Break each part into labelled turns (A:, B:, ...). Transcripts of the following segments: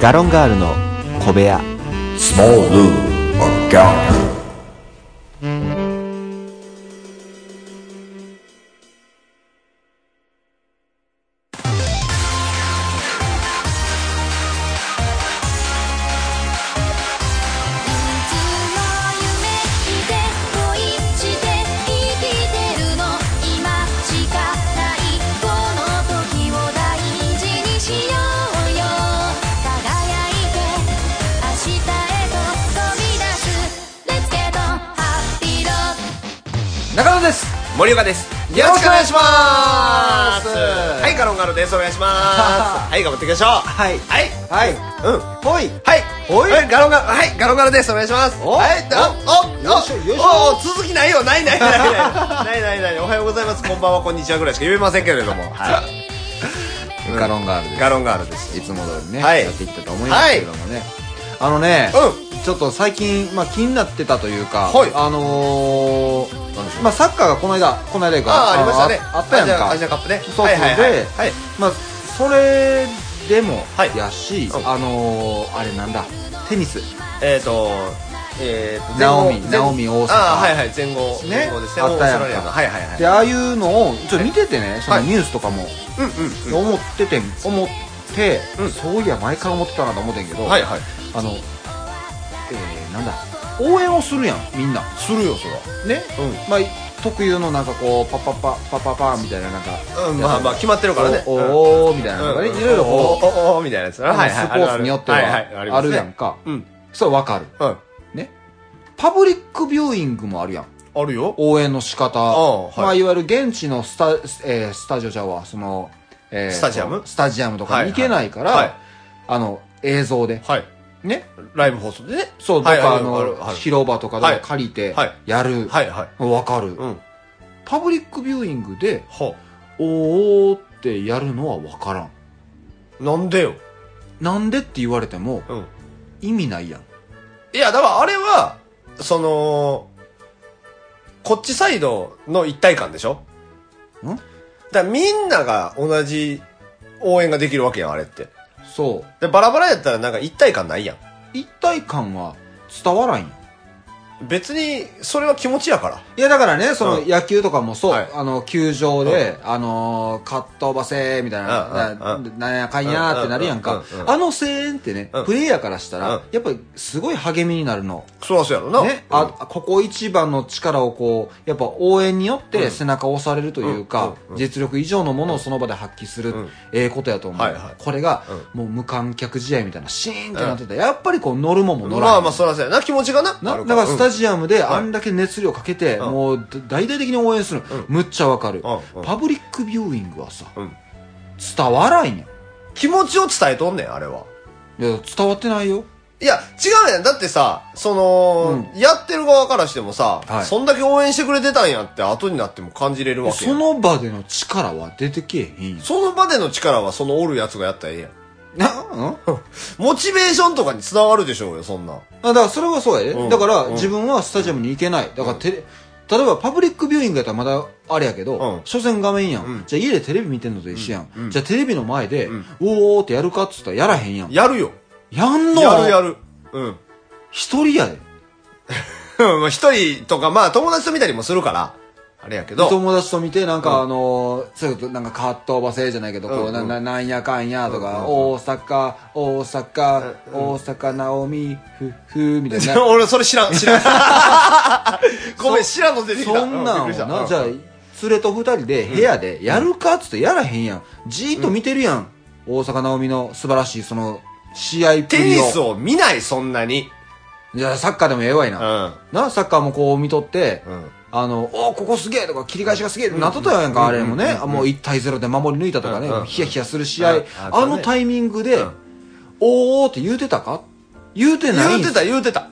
A: ガロンガールの小部屋
B: Small Lou or Gallo.
C: いつも夢見て恋して生きてるの今しかないこの時を大事にしようよ輝いて明日へと飛び出す Let's get on Happy Road
D: 中野です
E: 森岡です
D: よろしくお願いします
E: はいガロンガロンですお願いしますはい頑張っていきましょう
D: はい
E: はい
D: はい
E: うん
D: ほい
E: はい
D: おい
E: はいガロンガロンはいガロンガロンですお願いします
D: お
E: はいおお
D: よいしょよいしょ
E: おお続きないよないないないないないないないおはようございますこんばんはこんにちはぐらいしか言えませんけれどもはい
D: ガロンガールです
E: ガロンガロンです
D: いつも通りね、
E: はい
D: やっていったと思いますけれどもね、あのね、ちょっと最近、まあ、気になってたというか、
E: はい
D: あの
E: なんでしょ
D: ー
E: う
D: まあ、サッカーがこの間この間いうか
E: ああありましたね
D: ああったやんか
E: アジアアジアカップね
D: そうそう
E: はいはいはい
D: で、
E: はい
D: まあ、それでも
E: はい
D: やし、
E: うん
D: あのーあれなんだテニス
E: えっとえーと
D: ナオミ
E: 前後
D: ナオミ大阪
E: ああはいはい前後
D: ね
E: 前後ですね
D: あったやんか
E: オーストラリアのはいはいはい
D: でああいうのをちょっと見ててね、そのニュースとかも、
E: うんうん
D: 思ってて思って、
E: うん
D: そういや前から思ってたなと思ってんけど、
E: はいはい
D: あのえー、なんだ応援をするやんみんな
E: するよそれは
D: ね、
E: う
D: まあ特有のなんかこうパッパッパパッパッパーみたいななんか、
E: うんまあまあ決まってるからね
D: お
E: うん
D: おーみたいななんかね、いろいろこう
E: おおおおみたいなやつ
D: あのスポーツによってはあるやんか、
E: うん
D: そうわかる
E: はい
D: ねパブリックビューイングもあるやん
E: あるよ
D: 応援の仕方、
E: はい
D: まあ、いわゆる現地のスタ,、えースタジオじゃうわその、えー
E: スタジアム
D: スタジアムとかに行けないから、
E: はいはい
D: あの映像で
E: はい
D: ね
E: ライブ放送でね
D: そう、
E: はい
D: どっか
E: はい
D: あ
E: わ
D: の
E: かる、はい
D: 広場とか
E: は
D: で
E: い
D: 借りて
E: はい
D: やる。
E: はいはい
D: わかる、
E: うん
D: パブリックビューイングで、
E: は
D: おーってやるのはわからん。
E: なんでよ
D: なんでって言われても
E: うん
D: 意味ないやん。
E: いやだからあれはそのこっちサイドの一体感でしょ
D: ん
E: だからみんなが同じ応援ができるわけやんあれって
D: そう。
E: でバラバラやったらなんか一体感ないやん
D: 一体感は伝わらんやん。
E: 別にそれは気持ちやから
D: いやだからね、その
E: うん
D: 野球とかもそう、
E: はい
D: あの、球場で、あのー、カットばせーみたいな、
E: うん
D: な
E: うん
D: なんやかんやーってなるやんか
E: うんうんう。ん
D: あの声援ってね
E: う、ん
D: プレイヤーからした
E: うん
D: ら、やっぱりすごい励みになるの。
E: そりゃそうやろな
D: ね、あ、ここ一番の力をこう、やっぱ応援によって背中を押されるというか、
E: うんうん
D: 実力以上のものをその場で発揮する、
E: うん
D: ええことやと思う。
E: はいはい
D: これが、もう無観客試合みたいな、シーンってなってたら、やっぱりこう乗るもんも乗ら
E: ま
D: な
E: あ
D: い。
E: まあそらそうやな気持ちがな
D: な
E: ある
D: だからスタジアムで
E: はい
D: あんだけ熱量かけて、
E: うん
D: もう大々的に応援する、
E: うん
D: むっちゃわかる、
E: うんうん
D: パブリックビューイングはさ、
E: うん
D: 伝わらんやん
E: うん気持ちを伝えとんねんあれはい
D: や伝わってないよ
E: いや違うやんだってさその、やってる側からしてもさ、
D: はい
E: そんだけ応援してくれてたんやって後になっても感じれるわけや
D: そ
E: ん
D: の場での力は出てけえへんやん
E: その場での力はそのおるやつがやったらええやん
D: なうん
E: モチベーションとかにつながるでしょうよそんなん
D: あだからそれはそうやで、
E: うん
D: だから、
E: うん
D: 自分はスタジアムに行けないだからテレ、例えばパブリックビューイングやったらまだあれやけど、
E: うん
D: 所詮画面やん、
E: うん
D: じゃあ家でテレビ見てんのと一緒やん、
E: うんうん
D: じゃあテレビの前で、
E: うん
D: おーってやるかっつったらやらへんやんや
E: やるよ
D: んの
E: やるやるうん
D: 一人やで
E: まあ一人とかまあ友達と見たりもするからあれやけど
D: 友達と見てなんか、
E: うん
D: あのーそういうことなんかカットバせじゃないけど、こ
E: うん
D: う
E: うん
D: なななんやかんやとか、
E: うん
D: 大阪大阪、大阪なおみふふみたい な
E: 俺それ知らん知 らんごめん知らんの出てきた
D: そんな
E: うん
D: を
E: びっくりしたう
D: なじゃあ連れと二人で部屋でやるかっつってやらへんやんじーっと見てるやん、大阪なおみの素晴らしいその試合っぷ
E: テニ
D: りを
E: スを見ないそんなに
D: じゃあサッカーでもええわい
E: うん
D: な、なサッカーもこう見とって、
E: うん
D: あの、おここすげえとか、切り返しがすげえってなっとったやんか、あれもね、あもう1対0で守り抜いたとかね
E: うんうん、
D: ヒヤヒヤする試
E: う
D: 合
E: ん、あ
D: あ
E: そうね
D: のタイミングでお
E: ん、
D: ーおーって言うてたか言うてない
E: 言うてた言うてた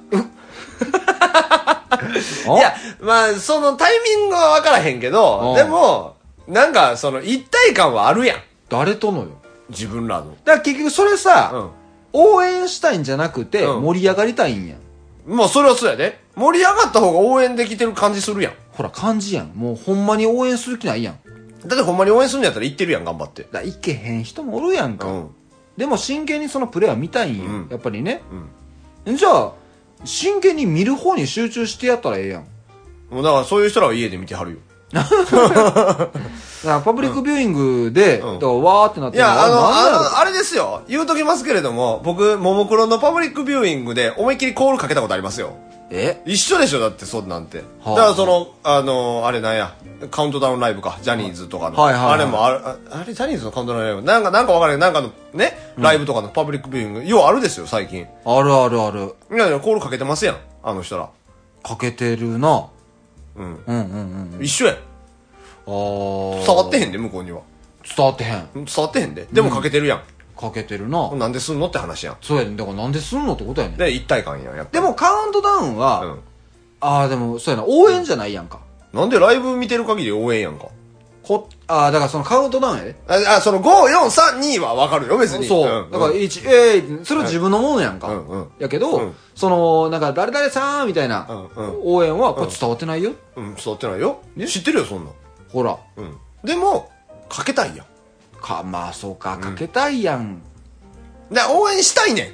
D: お
E: いや、まあ、そのタイミングは分からへんけ
D: うん
E: ど、でも、なんか、その一体感はあるやん。
D: 誰とのよ。
E: 自分らの。
D: だから結局それさ、応援したいんじゃなくて、
E: うん
D: 盛り上がりたいんやん。
E: うん。まあ、それはそうやで。盛り上がった方が応援できてる感じするやん。
D: ほら、感じやん。もうほんまに応援する気ないやん。だか
E: だってほんまに応援するんやったら行ってるやん、頑張って。
D: らいけへん人もおるやん
E: う
D: か。
E: ん。
D: でも真剣にそのプレーは見たいんよ、
E: うん
D: やっぱりね、じゃあ真剣に見る方に集中してやったらええやん
E: もうだからそういう人らは家で見てはるよ。
D: だからパブリックビューイングで、
E: うん
D: だからわーってなっ
E: い
D: てる
E: や、あの、
D: なんだろう
E: あの、あれですよ。言うときますけれども、僕、ももクロのパブリックビューイングで思いっきりコールかけたことありますよ。
D: え
E: 一緒でしょだって、そんなんて。
D: はあ
E: だからその、あの、あれなんや、カウントダウンライブか、ジャニーズとかの。
D: はいはいはい
E: あれもある、ああれジャニーズのカウントダウンライブなんか、なんかわからないけどなんかの、ね、ライブとかのパブリックビューイング、ようあるですよ、最近。
D: あるあるある
E: いやいや、コールかけてますやん、あの人ら。
D: かけてるな
E: うん。
D: うんうんうん
E: 一緒やん。
D: あー
E: 伝わってへんで、向こうには。
D: 伝わってへん
E: 伝わってへんで。でもかけてるやん。
D: かけてるな、
E: なんですんのって話やん。
D: そうやねんだからなんですんのってことやねん
E: で、一体感やん、やっぱ
D: でもカウントダウンは、
E: うん。
D: ああでもそうやな応援じゃないやんか、
E: なんでライブ見てる限り応援やんか。
D: こああだからそのカウントダウンやで
E: あ、あその5、4、3、2はわかるよ、別に。
D: そう。
E: ん
D: だから、
E: うん
D: 1、えー、それは自分のものやんか
E: うんうん。
D: やけ
E: う
D: ど
E: ん、
D: その、なんか、誰々さんみたいな
E: うんうん
D: 応援は、これ伝わってないよ。
E: うん、伝わってないよ。知ってるよ、そんなん。
D: ほら。
E: うん。でも、かけたいやん。
D: か、まあ、そうか、かけたいやん。
E: で、応援したいねん。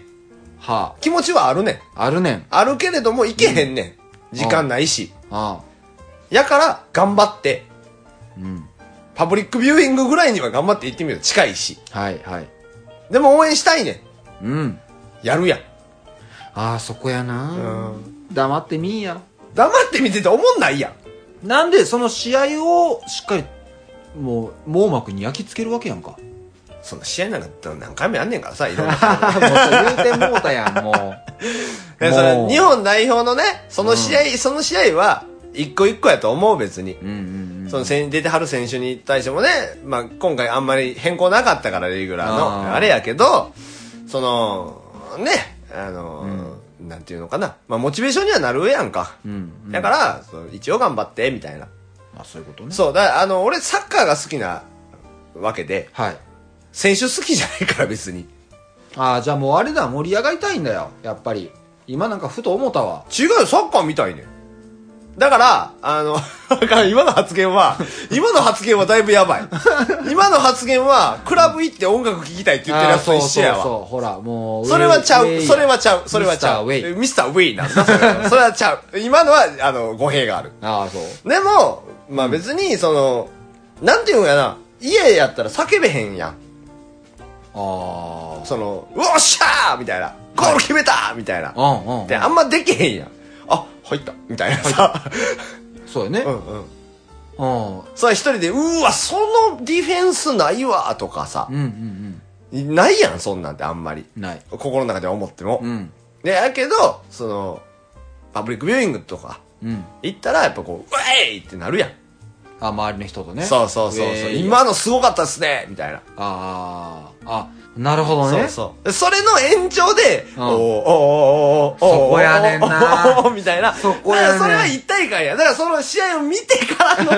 D: は
E: 気持ちはあるねん。
D: あ、あるねん。
E: あるけれども、いけへんねん。時間ないし。
D: あ
E: やから、頑張って、
D: あ。うん。
E: パブリックビューイングぐらいには頑張って行ってみる。近いし。
D: はい、はい。
E: でも応援したいねん。
D: うん。
E: やるやん。
D: ああ、そこやな。黙ってみんや。
E: 黙って見てて思んないやん。
D: なんで、その試合を、しっかり、もう、網膜に焼き付けるわけや んか。
E: そんな試合なんか何回もやんねんからさ、い ろんな。
D: もう、言うてもうたやん、も
E: で
D: もう
E: それ日本代表のね、その試合、その試合は、一個一個やと思う、別に。
D: う。うんうんうん。
E: その選出てはる選手に対してもね、まあ、今回あんまり変更なかったから、レギュラーの。
D: あ
E: あ
D: ー
E: れやけど、その、ね、あの、なんていうのかな。まあ、モチベーションにはなるやんか。
D: うんうん
E: だから、その一応頑張って、みたいな。
D: まあ、そういうことね。
E: そう、だからあの、俺サッカーが好きなわけで、
D: はい。
E: 選手好きじゃないから、別に。
D: ああじゃあもうあれだ盛り上がりたいんだよやっぱり今なんかふと思ったわ
E: 違うよ、サッカーみたいねん。だから、あの、 あかん今の発 言は、今の発言はだいぶやばい。今の発言は、クラブ行って音楽聴きたいって言ってるやつと
D: あー
E: 一緒や
D: そうそう
E: わ。
D: そうほらもう
E: それはちゃ
D: ウェ
E: う、
D: イ
E: それはちゃう、それはちゃう。
D: ミスターウェイ
E: ミスターウェイなんだ、それは。 それはちゃう。今のは、あの、語弊がある。
D: ああそう
E: でも、まあ別に、その、なんていうんやな、家やったら叫べへんやん。
D: あ
E: その、うおっしゃーみたいな。ゴール決めたみたいな。
D: あうんうん
E: で、あんまできへんやん。あ、入ったみたいなさ。
D: そうやね
E: うんうん。
D: うんうん
E: さあ一人で、うーわ、そのディフェンスないわ、とかさ
D: う、ん
E: ないやん、そんなんてあんまり。
D: うんない
E: 心の中では思っても。
D: うん
E: で、やけど、その、パブリックビューイングとか、
D: うん
E: 行ったら、やっぱこう、ウェイってなるやん。
D: あ周りの人とね
E: そうそうそうそう。今のすごかったっすねみたいな。
D: あああなるほど
E: そ
D: ね
E: うそう。でそれの延長で、
D: うん
E: おーおーおーおーおー
D: そこやねんな
E: おーおーみたいな。
D: そこやねん
E: だからそれは一体感や。だからその試合を見てからの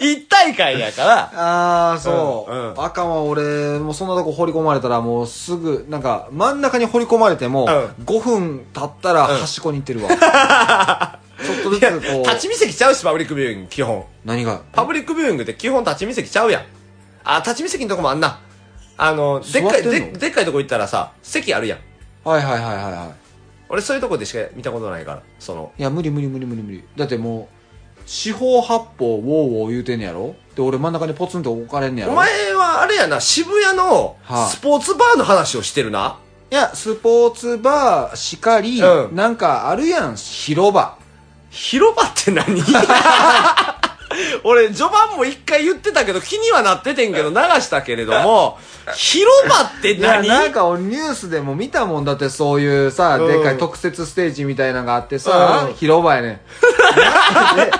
E: 一体感やから、
D: ああそう、
E: うんうん
D: あかんわ俺もうそんなとこ放り込まれたらもうすぐなんか真ん中に放り込まれても、
E: う
D: 5分経ったら端っこに行っ てるわ、ちょっとず
E: いや
D: つこう
E: 立ち見席ちゃうし、パブリックビューイング、基本。
D: 何が
E: パブリックビューイングって基本立ち見席ちゃうやん。あ、立ち見席のとこもあんな。あの、でっかい、
D: 座って
E: で
D: んの
E: でっかいとこ行ったらさ、席あるやん。
D: はいはいはいはいは
E: 俺そういうとこでしか見たことないから、その。
D: いいや無理無理無理無理無理だってもう四方八方ウォーウォー言うてんねやろで俺真ん中にポツンと置かれんねやろ
E: お前はあれやな、渋谷の
D: はあ
E: スポーツバーの話をしてるな。
D: いやスポーツバーしかり、
E: うん
D: なんかあるやん広場
E: 広場っ て何俺、序盤も一回言ってたけど、気にはなっててんけど、流したけれども、広場って
D: いや
E: 何
D: なんか俺ニュースでも見たもんだってそういうさ、
E: うん
D: でっかい特設ステージみたいなのがあってさ、
E: うん
D: 広場やねん で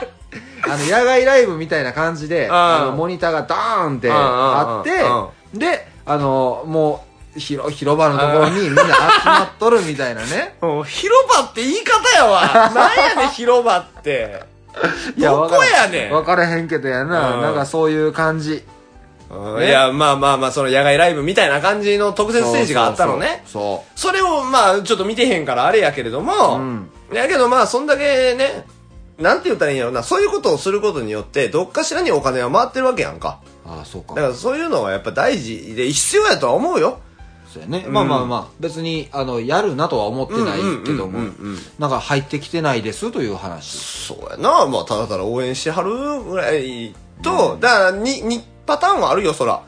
D: あの野外ライブみたいな感じで、
E: ん
D: あのモニターがダーンってあって、であのもう広広場のところにみんな集まっとるみたいなね
E: うん広場って言い方やわ。なんやねん、広場 って。
D: いや
E: どこやねん
D: 分からへんけどやな、
E: うん
D: なんかそういう感じ
E: うんいや、まあまあまあ、その野外ライブみたいな感じの特設ステージがあったのね。
D: そ
E: それをまあ、ちょっと見てへんからあれやけれど
D: う
E: も、
D: ん
E: やけどまあ、そんだけね、なんて言ったらいいんやろな、そういうことをすることによって、どっかしらにお金は回ってるわけやんか。
D: うそうああそう
E: だか
D: から
E: そういうのはやっぱ大事で必要やとは思うよ。
D: そうやね、まあまあまあ別にあのやるなとは思ってないけども
E: うんうんうんうんうん
D: なんか入ってきてないですという話
E: そうやな、まあ、ただただ応援してはるぐらいと、だからに、にパターンはあるよ、そら。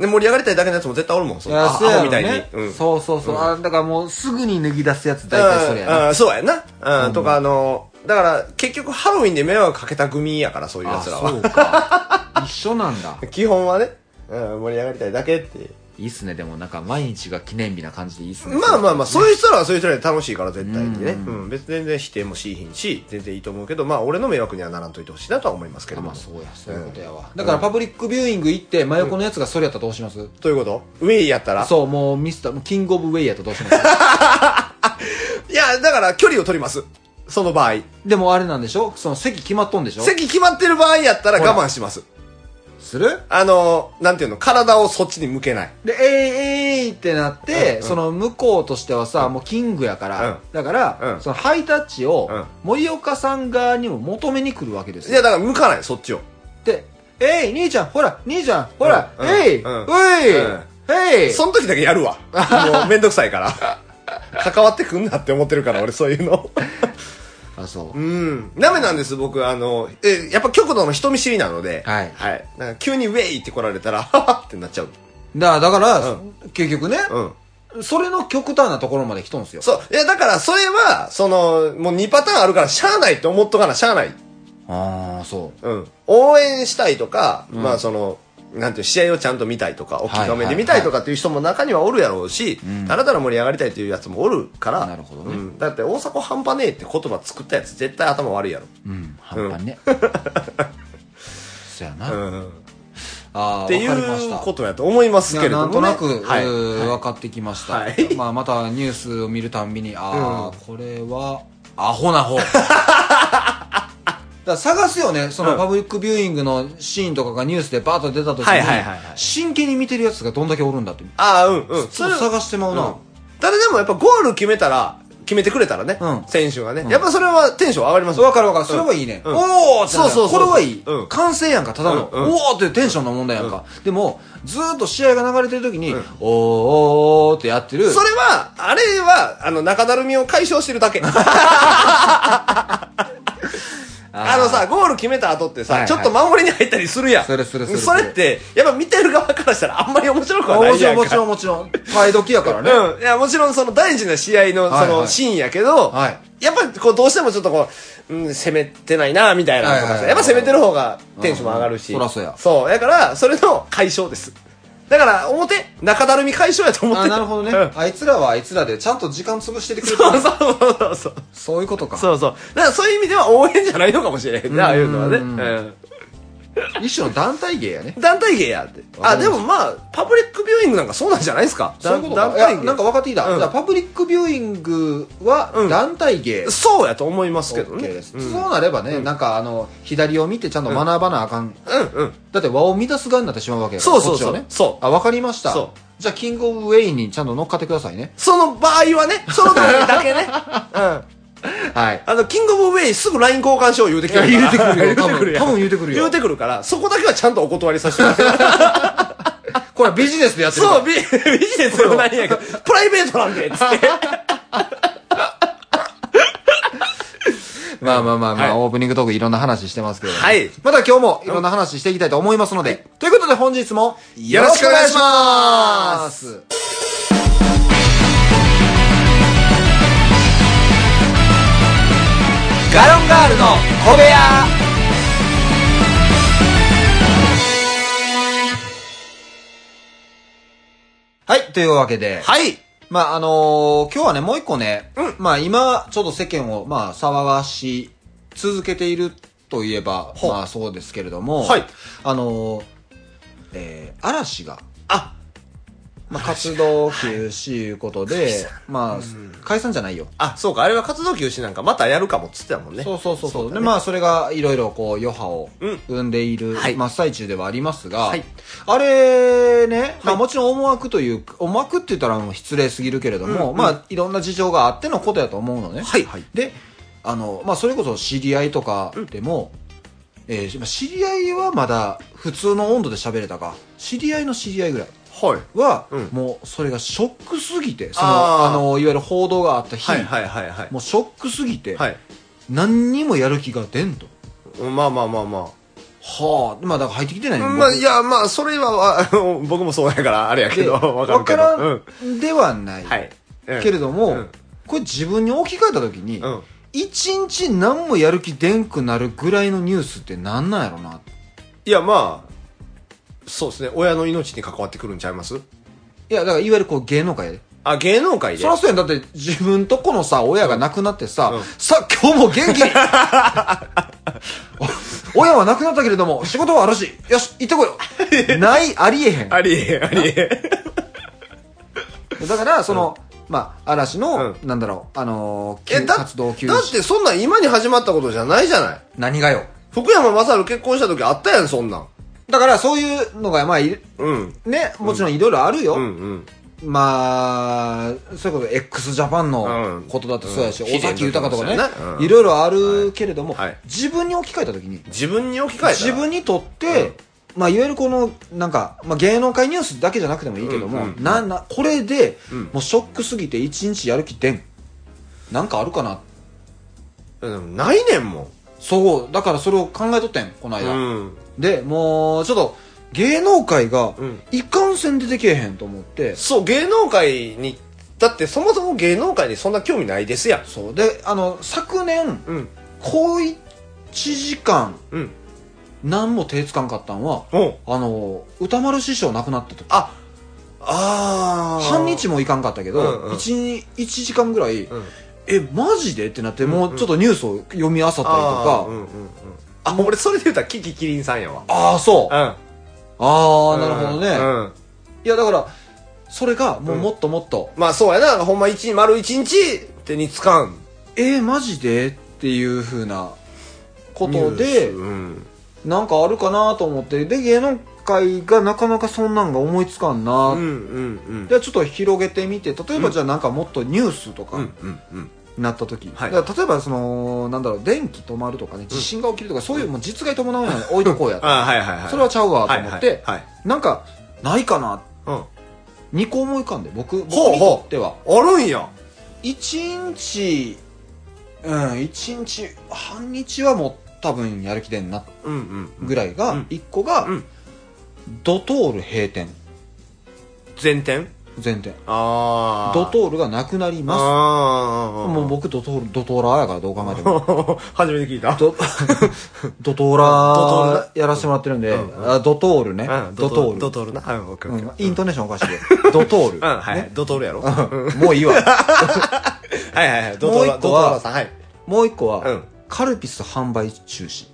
E: で、盛り上がりたいだけのやつも絶対おるもん、そ
D: い
E: の
D: や
E: あ
D: そうや
E: アホ
D: ろ
E: みたいに
D: ね。
E: うん
D: そうそうそう、あだからもうすぐに脱ぎ出すやつ大体それやな、
E: うんうんそうやな。うん、とか、あの、だから、結局ハロウィンで迷惑かけた組やから、そういう
D: あ
E: やつらは。
D: そうか一緒なんだ
E: 基本はね、うん、盛り上がりたいだけって。
D: いいっすねでもなんか毎日が記念日な感じでいいっすね
E: まあまあまあ、そういう人らはそういう人らで楽しいから、絶対にね。うん、別に全然否定もしいひんし、全然いいと思うけど、まあ、俺の迷惑にはならんといてほしいなとは思いますけ
D: あ
E: ど
D: まあ。
E: も
D: そうやそういうことやわ、だからパブリックビューイング行って真横のやつがそれやったらどうします、
E: ということウェイやったら
D: そうもうミスターキングオブウェイやったらどうします
E: いや、だから距離を取ります。その場合。
D: でもあれなんでしょその席決まっとんでしょ
E: 席決まってる場合やったら
D: ほら
E: 我慢します。
D: する
E: あの、なんていうの、体をそっちに向けない。
D: で、えい、えい、ってなって、
E: うん
D: その向こうとしてはさ、もうキングやから、
E: うん
D: だから、
E: うん
D: そのハイタッチを
E: うん
D: 森岡さん側にも求めに来るわけです
E: い
D: よ。
E: や、だから向かない、そっちを。
D: で、えい、兄ちゃん、ほら、兄ちゃん、ほら、
E: うん
D: えい、
E: うん
D: おい、
E: うん
D: えい、
E: その時だけやるわ。もうめんどくさい から。関わってくんなって思ってるから、俺そういうの。
D: あ、そう。
E: うん。ダメなんです、僕。あの、え、やっぱ極度の人見知りなので。
D: はい
E: はい。なんか急にウェイって来られたら、 ははってなっちゃう。
D: だだから、
E: う
D: 結局ね、
E: うん。
D: それの極端なところまで来とんすよ。
E: そう。いや、だから、それは、その、もう2パターンあるから、しゃあないって思っとかな、しゃあない。
D: ああ、そう。
E: うん。応援したいとか、まあその、なんていう、試合をちゃんと見たいとか、大きい画面で見たいとかっていう人も中にはおるやろうし、ただただ盛り上がりたいというやつもおるから、
D: なるほどね
E: うんだって、大阪半端ねえって言葉作ったやつ絶対頭悪いやろ。
D: うん、半端ね。 そやな。
E: うん。っ
D: ああ、
E: てい
D: わかりまし
E: う
D: た
E: ことやと思います
D: い
E: け
D: や
E: れど
D: な
E: も
D: ん
E: ね。
D: となく、
E: はい。
D: え
E: う
D: ー分かってきました、
E: はい
D: まあ、またニュースを見るたんびにああ、これはアホな 方だから探すよねそのパブリックビューイングのシーンとかがニュースでバーッと出た時に、
E: はいはいはいはい
D: 真剣に見てるやつがどんだけおるんだって
E: ああ、うんうん。
D: そう探してまうな、
E: うんただでもやっぱゴール決めたら、決めてくれたらね、
D: うん
E: 選手がね、やっぱそれはテンション上がります
D: 分かる分かるそれはいいね、おお
E: そうそうそうそう
D: これはいい、
E: うん
D: 完成やんかただの、
E: うんうん
D: おおっていうテンションの問題やんか、でもずーっと試合が流れてる時に、おーおーおーってやってる
E: それは、あれは、あの、中だるみを解消してる だけ。あのさ、ゴール決めた後ってさ、
D: はいはい
E: ちょっと守りに入ったりするやん。
D: するするする
E: それって、やっぱ見てる側からしたらあんまり面白くはな
D: も
E: い
D: ち
E: や
D: ろ
E: ん
D: ん
E: か。
D: もちろんもちろん買い時やからね、
E: うん。いや、もちろんその大事な試合の
D: は
E: そ
D: いは
E: の
D: い
E: シーンやけど、
D: はい
E: やっぱりこうどうしてもちょっとこう、うん、攻めてないな、みたいなのとか
D: はいはい
E: さ、
D: はい
E: やっぱ攻めてる方がテンションも上がるし。
D: うんそらそうや
E: そう。だから、それの解消です。だから、表、中だるみ解消やと思って
D: あなるほどね、
E: うん
D: あいつらはあいつらでちゃんと時間潰しててくれた
E: そうそうそうそうそう。
D: そういうことか
E: そうそう。だからそういう意味では応援じゃないのかもしれへんね、ああいうのはね。うん
D: 一種の団体芸やね
E: 団体芸やって。あ、
D: わかりました
E: でもまあ、パブリックビューイングなんかそうなんじゃないですか。
D: そういうことか
E: だ
D: い
E: 団体
D: や
E: 芸。
D: なんか分かってきた、
E: うん
D: じゃあパブリックビューイングは
E: うん
D: 団体芸、
E: そうやと思いますけど
D: OK
E: ね。
D: です、
E: うん
D: そうなればね、なんかあの左を見てちゃんと学ばなあかん、
E: うんうん。
D: だって和を乱す側になってしまうわけやから
E: そうそうそ
D: こ
E: う
D: っちはね
E: そう
D: あ分かりました
E: そ
D: じゃあキングオブウェイにちゃんと乗っかってくださいね
E: その場合はね、その場合だ けね。うん。
D: はい
E: あの、キングオブウェイすぐ LINE 交換しよう言うてきるか
D: い
E: ら。
D: や言うてくるよ
E: 言うてくるやん
D: 多分多分言うてくるよ
E: 言うてくるから、そこだけはちゃんとお断りさせてもらって。
D: これはビジネスでやってるから
E: そう、ビビジネスでもないんやけど、プライベートなんで、つって。
D: まあまあまあまあ、
E: はい
D: オープニングトークいろんな話してますけれども、
E: はい
D: また今日もいろんな話していきたいと思いますので、ということで本日も。
E: よろしくお願いします
D: ガロンガールの小部屋はい、というわけで、
E: はい。
D: まああのー今日はね、もう一個ね、まあ今、ちょっと世間を、まあ騒がし続けているといえば、
E: ほう
D: まあそうですけれども、
E: はい
D: あのーえー嵐が、
E: あ、
D: まあ活動休止いうことで、まあ、解散じゃないよ。
E: あ、そうか、あれは活動休止なんかまたやるかもっつってたもんね。
D: そうそうそうそう。
E: だ
D: で、
E: ね
D: まあ、それがいろいろこう、余波を
E: うん
D: 生んでいる
E: はい
D: 真っ最中ではありますが、
E: はい
D: あれね、まあ、もちろん思惑というか、思惑って言ったらもう失礼すぎるけれども、まあ、いろんな事情があってのことやと思うのね。
E: はいはい
D: で、あの、まあ、それこそ知り合いとかでも、えーまあ知り合いはまだ普通の温度で喋れたか、知り合いの知り合いぐらい。
E: はい
D: は、
E: うん
D: もうそれがショックすぎてその
E: あ
D: あ
E: ー
D: のいわゆる報道があった日、
E: はいはいはいはい
D: もうショックすぎて、
E: はい
D: 何にもやる気が出んと
E: まあまあまあま
D: はあまあだから入ってきてない
E: あ
D: の
E: まあいやまあそれはあの僕もそうやからあれやけ
D: で
E: どわかるけど
D: わ
E: うん
D: からんではない、
E: はいうん
D: けれども、
E: うん
D: これ自分に置き換えた時に、
E: うん
D: 一日何もやる気出んくなるぐらいのニュースってなんなんやろない
E: やまあそうですね親の命に関わってくるんちゃいます
D: いやだからいわゆるこう芸能界やで
E: あ芸能界で
D: そらそうやんだって自分とこのさ親が亡くなってさ、
E: うん
D: さ今日も元気に お親は亡くなったけれども仕事はあるしよし行ってこい よないありえへん
E: ありえありえ
D: だからその、まあ嵐の、
E: う
D: なんだろうあのー
E: えだ
D: 活動休
E: だっ
D: 止
E: てそんなん今に始まったことじゃないじゃない
D: 何がよ
E: 福山雅治結婚した時あったやんそんなん
D: だからそういうのがまあい
E: うん
D: ねもちろんいろいろあるよ、
E: うんうん
D: まあそれこそ x ジャパン
E: う
D: の
E: ん
D: ことだってそうやし、
E: うん
D: 尾崎豊とかね
E: ヒデのことだよねうん
D: いろいろあるけれども、
E: はいはい
D: 自分に置き換えた時に
E: 自分に置き換えたら
D: 自分にとって、まあ、いわゆるこのなんか、まあ、芸能界ニュースだけじゃなくてもいいけども、
E: うんうん
D: ななこれで、
E: うん
D: もうショックすぎて一日やる気出んなんかあるかな
E: うんないねんもん
D: そうだからそれを考えとったんこの
E: う
D: 間、
E: ん
D: でもうちょっと芸能界が
E: うん
D: いかんせん出てけえへんと思って、
E: そう芸能界にだってそもそも芸能界にそんな興味ないですやん
D: そうであの昨年
E: うん
D: 小1時間
E: うん
D: 何も手つかんかったんは
E: おう
D: あの歌丸師匠亡くなった時
E: ああー
D: 半日もいかんかったけ
E: うん
D: ど、
E: うん
D: 一日1時間ぐらい、
E: うん
D: えマジでってなってもうちょっとニュースを読み漁ったりと
E: あ
D: か、
E: ーうんうんうんあもう俺それで言うたらキキキリンさんやわ
D: ああそうあ
E: あ
D: あーなるほどね、
E: うん
D: いやだからそれがもうもっともっと、
E: まあそうやなほんま一日丸一日手につかん
D: えー、マジでっていうふうなこ
E: ニ
D: と
E: ュース
D: で
E: うん
D: なんかあるかなと思ってで芸能界がなかなかそんなんが思いつかんな、
E: うんうんうん
D: でちょっと広げてみて例えばじゃあなんかもっとニュースと
E: う
D: か
E: んうんうん
D: なった時、
E: はい
D: だから例えばそのなんだろう電気止まるとかね地震が起きるとか、そういうもう実害伴うようなの置いとこうやと
E: あはいはいはい
D: それはちゃうわと
E: はい
D: 思って、
E: はいはい
D: なんかないかな
E: うん
D: 2個思い浮かんで僕僕
E: ほう
D: に
E: ほう
D: とっては
E: あるんや
D: 1日うん1日半日はもう多分やる気出んな
E: うんうん
D: ぐらいうが
E: ん
D: 1個が、
E: うん
D: ドトール閉店
E: 前転
D: 全店
E: ああ
D: ドトールがなくなりま
E: あ
D: す
E: あ
D: もう僕ドトールドトーラーやからどう考えても
E: 初めて聞い た
D: ドドトー
E: ドトー
D: ラ
E: ラ
D: ーやらせてもらってるんで、
E: うんうん
D: あドトールね、
E: うん
D: ドトール
E: ドトールなはいオッケーオ
D: う
E: ッケ
D: ん
E: ー
D: イントネーションおかしいでドトール、
E: うんはい
D: ね
E: ドトールやろ
D: う
E: は
D: んもうい いわ
E: いはいはいドトー
D: もう
E: ル
D: 一
E: ド
D: 個
E: トー
D: は
E: ルさんはい
D: もう一個は、
E: うん
D: カルピス販売中止。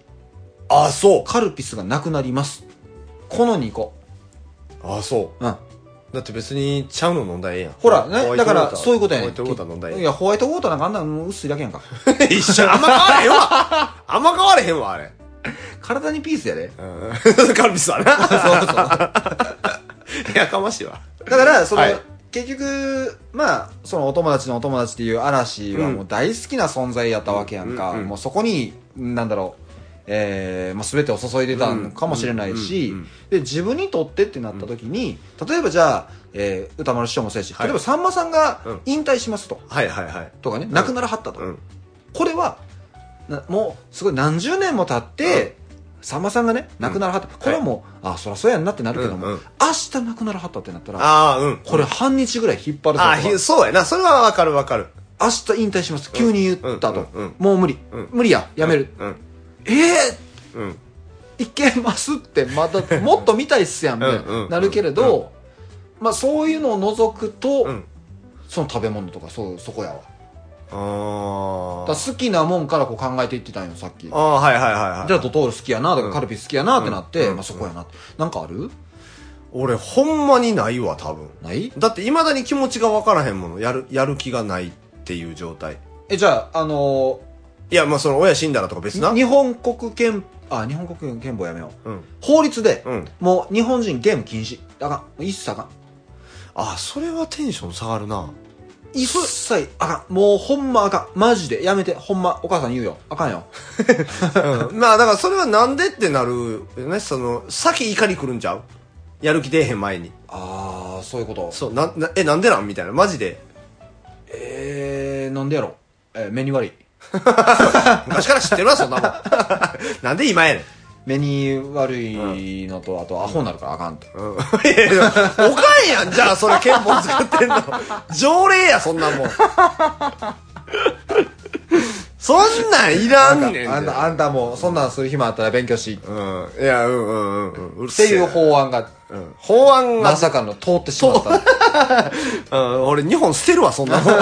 E: あそ
D: カルピスがなくなります。この2個。
E: うあそ
D: うん。
E: うだって別にちゃうの飲んだらええやん
D: ほら、
E: ホワ
D: ね。
E: イ
D: だ
E: ト
D: か
E: ウォーター
D: ら、そういうことやね
E: ホ
D: ん
E: ワイトウォーター飲んだらえ
D: い
E: えや
D: や、ホワイトウォーターなんかあんなの薄いだけや んか。
E: ん一緒あんま変われへんわあんま変われへんわあれ
D: 体にピースやで。
E: うんカルピスは
D: そ う
E: な
D: そう。だ
E: やかましいわ
D: から、その、
E: はい
D: 結局、まあ、そのお友達のお友達っていう嵐は
E: うん
D: もう大好きな存在やったわけやんか。
E: うんうんうん
D: もうそこに、なんだろう。えーまあ、全てを注いでたのかもしれないし、
E: うんうんうん
D: で自分にとってってなった時に、例えばじゃあ、えー歌丸師匠もそうやし、
E: はい
D: 例えばさんまさんが
E: うん
D: 引退しますと、
E: はいはいはい
D: とかね、亡くならはったと、
E: うん
D: これはなもうすごい何十年も経って、さんまさんがね亡くならはった、これはもう、あそりゃそうやんなってなるけども、
E: うんうん
D: 明日亡くならはったってなったら
E: ああうん
D: これ半日ぐらい引っ張るぞ
E: あ
D: とか
E: ひそうやなそれはわかるわかる
D: 明日引退します急に言ったと、
E: うんうんうん
D: もう無理、
E: うん
D: 無理ややめる、
E: うん
D: え
E: うん
D: ー、いけますってまた もっと見たいっすやんみたいな、
E: うんうんうん
D: なるけれど、まあ、そういうのを除くと、
E: うん
D: その食べ物とかそうそこやわ
E: あ
D: だから
E: ー
D: 好きなもんからこう考えていってたんよさっき
E: あーはいはいはいはい
D: じゃあドトール好きやなとか、
E: うん
D: カルピス好きやなってなって、
E: うん
D: まあ、そこやなって、なんかある
E: 俺ほんまにないわ多分
D: ない
E: だっていまだに気持ちが分からへんものやるやる気がないっていう状態
D: えじゃああの
E: いやまあその親死んだらとか別
D: ー
E: な
D: 日本国憲あ日本国憲法やめよう
E: うん
D: 法律で、
E: うん
D: もう日本人ゲーム禁止あかんもう一切あかん
E: あそれはテンション下がるな
D: 一切あかんもうほんまあかんマジでやめてほんまお母さん言うよあかんよ
E: うんまあだからそれはなんでってなるよねその先怒り来るんちゃうやる気出えへん前に
D: ああそういうこと
E: そうななえなんでなんみたいなマジで
D: えー、なんでやろえー目に悪い
E: 昔から知ってるわそんなも んなんで今やねん
D: 目に悪いのと、あとアホになるからあかんと、
E: うん、いやいやおかんやんじゃあそれ憲法作ってんの条例やそんなもんそんなんいらんねん
D: あんたあんたもうそんなんする暇あったら勉強し、っ
E: うんいやうんうんうんうんって
D: いう法案が、
E: うん法案が
D: ま、さかの通ってしまった
E: うん、俺日本捨てるわそ んなもん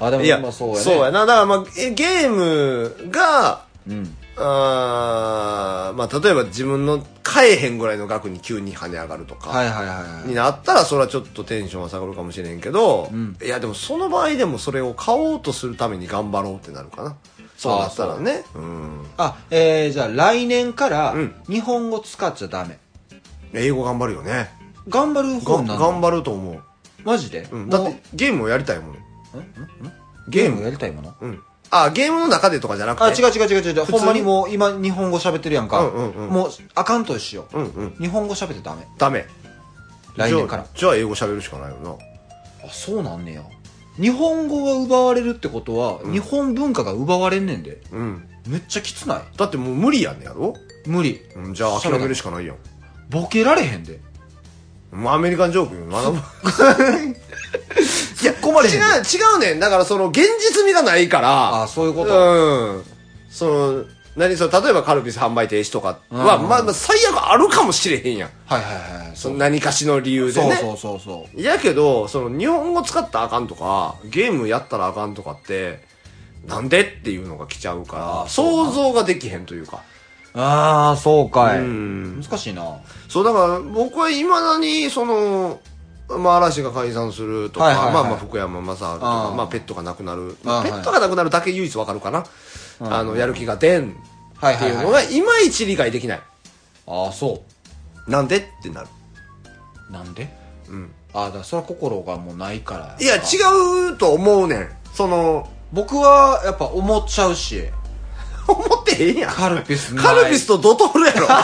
D: あでも
E: いや
D: 今そうやね
E: そうやなだからまあえゲームが
D: うん
E: あーまあ例えば自分の買えへんぐらいの額に急に跳ね上がるとか、
D: はいはいはいはい
E: になったらそれはちょっとテンションは下がるかもしれんけど、
D: ん
E: いやでもその場合でもそれを買おうとするために頑張ろうってなるかなそうなったらねうん
D: あえー、じゃあ来年から
E: うん
D: 日本語使っちゃダメ、
E: 英語頑張るよね
D: 頑張る
E: が
D: 方になる
E: 頑張ると思う、
D: マジで、
E: うん、だっ
D: もう
E: てゲームをやりたいもん
D: ゲームやりたいもの
E: うんあゲームの中でとかじゃなくて
D: あ、違う違う違う違う。
E: 普
D: ほ
E: 通
D: んまにもう今日本語喋ってるやんか。
E: うんうんうん
D: もう、あかんとしよう。
E: うんうん
D: 日本語喋ってダメ。
E: ダメ
D: 来年から
E: じゃあじゃあ英語喋るしかないよな
D: あ、そうなんねや。日本語が奪われるってことは、日本文化が奪われんねんで。
E: うん
D: めっちゃきつない。
E: だってもう無理やんねやろ、
D: 無理。
E: うん、じゃあ諦めるしかないやん
D: ボケられへんで。
E: もうアメリカンジョークに学ぶ
D: いや、困れへん
E: 違
D: で。
E: う、違うねん。だからその現実味がないから。
D: あそういうこと
E: うん。その、何その、例えばカルピス販売停止とかは、
D: うん
E: まあまあ最悪あるかもしれへんやん。
D: はいはいはい。
E: そ
D: そ
E: の
D: う
E: 何かしの理由で
D: そう
E: ね。
D: そうそうそう。
E: やけど、その日本語使ったらあかんとか、ゲームやったらあかんとかって、なんでっていうのが来ちゃうか
D: あー
E: ら、
D: そう
E: 想像ができへんというか。
D: ああ、そうかい。
E: うん
D: 難しいな。は
E: そう、だから僕は未だに、その、まあ、嵐が解散するとか、
D: はいはいはい
E: まあまあ、福山雅治とか、
D: うん
E: まあ、ペットが亡くなる。ま
D: う
E: あ、
D: ん
E: ペットが亡くなるだけ唯一わかるかな。あの、やる気が出ん
D: い
E: って
D: はい
E: いうの
D: はい。
E: が、いまいち理解できない。
D: ああ、そ
E: なんでってなる。
D: う。なんで
E: うん。
D: ああ、だからそれは心がもうないから。
E: いや、違うと思うねん。その、
D: 僕はやっぱ思っちゃうし。
E: 思ってへんやん。
D: カルピスない
E: カルピスとドトールやろ。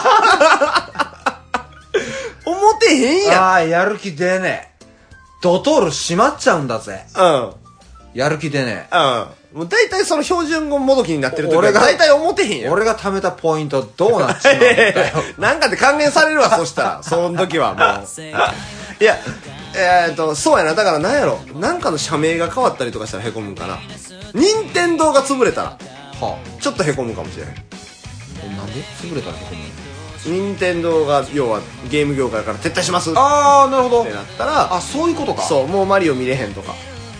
E: 思ってへんや
D: ああ、やる気出ねえ。ドトール閉まっちゃうんだぜ。
E: ん。うん。
D: やる気出ね
E: うん。もう大体その標準語もどきになってると
D: 俺
E: 俺
D: が
E: が大体思ってへん
D: え。
E: やん。
D: 俺が貯めたポイントどうなっちまうん
E: いやい
D: だ
E: や
D: よ。
E: なんかで還元されるわ、そしたら。その時はもう。いや、えーっと、そうやな。だからなんやろ。なんかの社名が変わったりとかしたらへこむんかな。任天堂が潰れたら、
D: はあ、
E: ちょっとへこむかもしれない。
D: えなんで潰れたらここに。
E: 任天堂が、要はゲーム業界から撤退しますっ
D: ああ、なるほど
E: て。なったら、
D: あ、そういうことか。う。
E: そう、もうマリオ見れへんとか、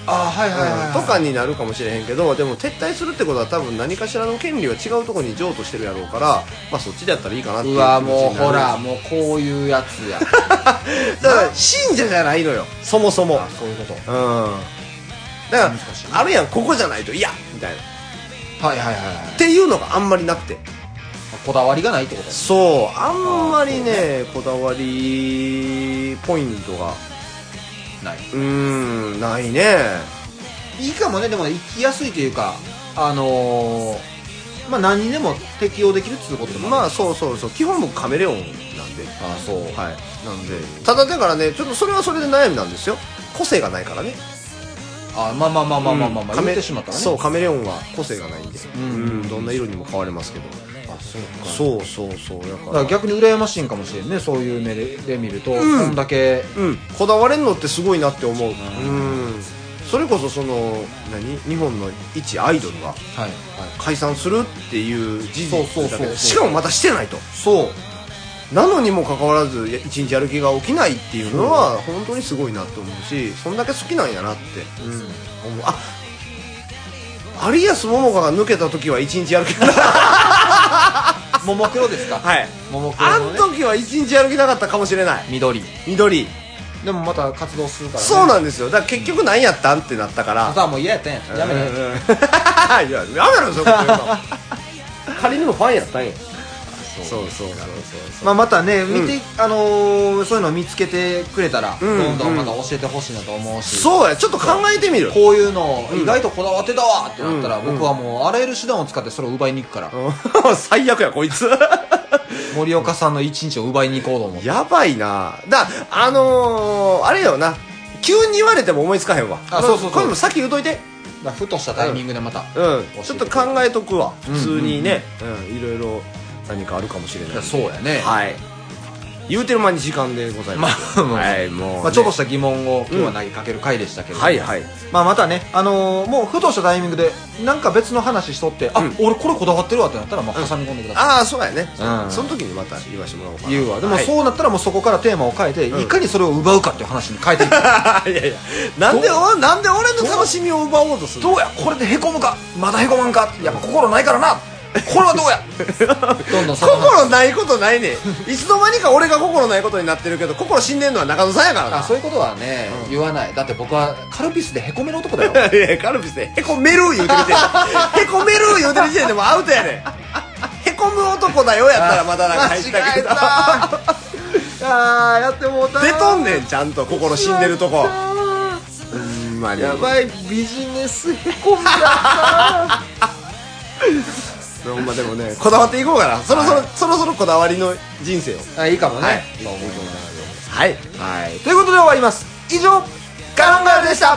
D: あーはいはいはい、
E: とかになるかもしれへんけど、でも撤退するってことは多分何かしらの権利は違うとこに譲渡してるやろうから、まあそっちでやったらいいかなっていうう
D: わ、
E: 気持ち
D: もう
E: になる
D: ほら、もうこういうやつ や。
E: だから信者じゃないのよそもそも
D: あそういうこと。
E: うんだから
D: 難しい
E: あるやんここじゃないといやみたいな
D: はいはいはいはい
E: っ。ていうのがあんまりなくて
D: こだわりがないってこと
E: そうあんまりねこだわりポイントが
D: ない。
E: うーんないね
D: いいかもね、でも生きやすいというか、あのー、まあ何にでも適用できるっていうことでも
E: ま
D: あ
E: あそうそうそう基本僕カメレオンなんで
D: る、あーそう。
E: はいなんでただだからねちょっとそれはそれで悩みなんですよ個性がないからね
D: あまあまあまあまあまあまあ、まあ
E: カメ
D: 言ってしまったらね
E: そうカメレオンは個性がないんで
D: ん
E: うんどんな色にも変われますけど
D: あそうか
E: そうそうそうだ
D: だ
E: か
D: からら逆に羨ましいんかもしれんねそういう目でで見ると、こんだけ
E: うん、こだわれんのってすごいなって思ううんそれこそその何日本の一アイドルが
D: はいはい
E: 解散するっていう事
D: そう
E: 実
D: そう
E: だ
D: そうそ
E: け
D: う
E: でしかもまたしてないと
D: そう
E: なのにもかかわらずや一日やる気が起きないっていうのは本当にすごいなと思うしそんだけ好きなんやなって思うあ有安桃香が抜けた時は一日やる気が
D: ももクロですか
E: はい
D: ももク
E: あ
D: ロの、
E: ん
D: ね、
E: 時は一日やる気なかったかもしれない
D: 緑
E: 緑
D: でもまた活動するから、ね、
E: そうなんですよだから結局何やったんってなったから
D: さあもう嫌やったんややめない、
E: うんうん いややめろそこ言うの 仮にもファンやったんやそうそうそうそう
D: まあ、またね見て、あのーそういうのを見つけてくれたら、
E: うん
D: どんどんまた教えてほしいなと思うし、
E: そうやちょっと考えてみ る
D: こういうの意外とこだわってたわってなったら、
E: うん
D: 僕はもうあらゆる手段を使ってそれを奪いに行くから、
E: うん最悪やこいつ
D: 森岡さんの一日を奪いに行こうと思って。
E: やばいなだあのー、あれよな急に言われても思いつかへんわ
D: あそうそうそう
E: これもさっき言うといて
D: だからふとしたタイミングでまた。
E: うんちょっと考えとくわ
D: ん
E: 普通にね、うんいろいろ何かあるかもしれない
D: いやそうやね。
E: はい言うてる間に時間でございます、
D: まあまあ
E: はいもうね、
D: まあ、ちょっとした疑問を今日は投げかける回でしたけれども、
E: はいはい
D: まあ、またね、あのーもうふとしたタイミングでなんか別の話しとって、あ
E: うん
D: 俺これこだわってるわってなったらまあ挟み込んでください、
E: ああそうやね、
D: うん
E: その時にまた言わしてもらおうかな
D: 言うわでも
E: はい
D: そうなったらもうそこからテーマを変えて、いかにそれを奪うかっていう話に変え ていく
E: いやいやなんでおなんで俺の楽しみを奪おうとするの
D: どうやこれでへこむかまだへこまんかやっぱ心ないからなこれはどうや どんどんその話
E: 心ないことないねんいつの間にか俺が心ないことになってるけど心死んでんのは中野さんやからな
D: あそういうことはね、言わないだって僕はカルピスでへこめる男だよ
E: いやカルピスでへこめる言うてる時点でへこめる言うてる時点でもうアウトやねんへこむ男だよやったらまだなんか入ったけど
D: あーやってもうた
E: 出とんねんちゃんと心死んでるとこほんまに
D: やばいビジネスへこむ
E: ほんまでもねこだわっていこうかなそろそろ、そろそろこだわりの人生を
D: あいいかもね、
E: はい
D: 今思い込みながら
E: はい
D: はい、ということで終わります以上カロンガールでした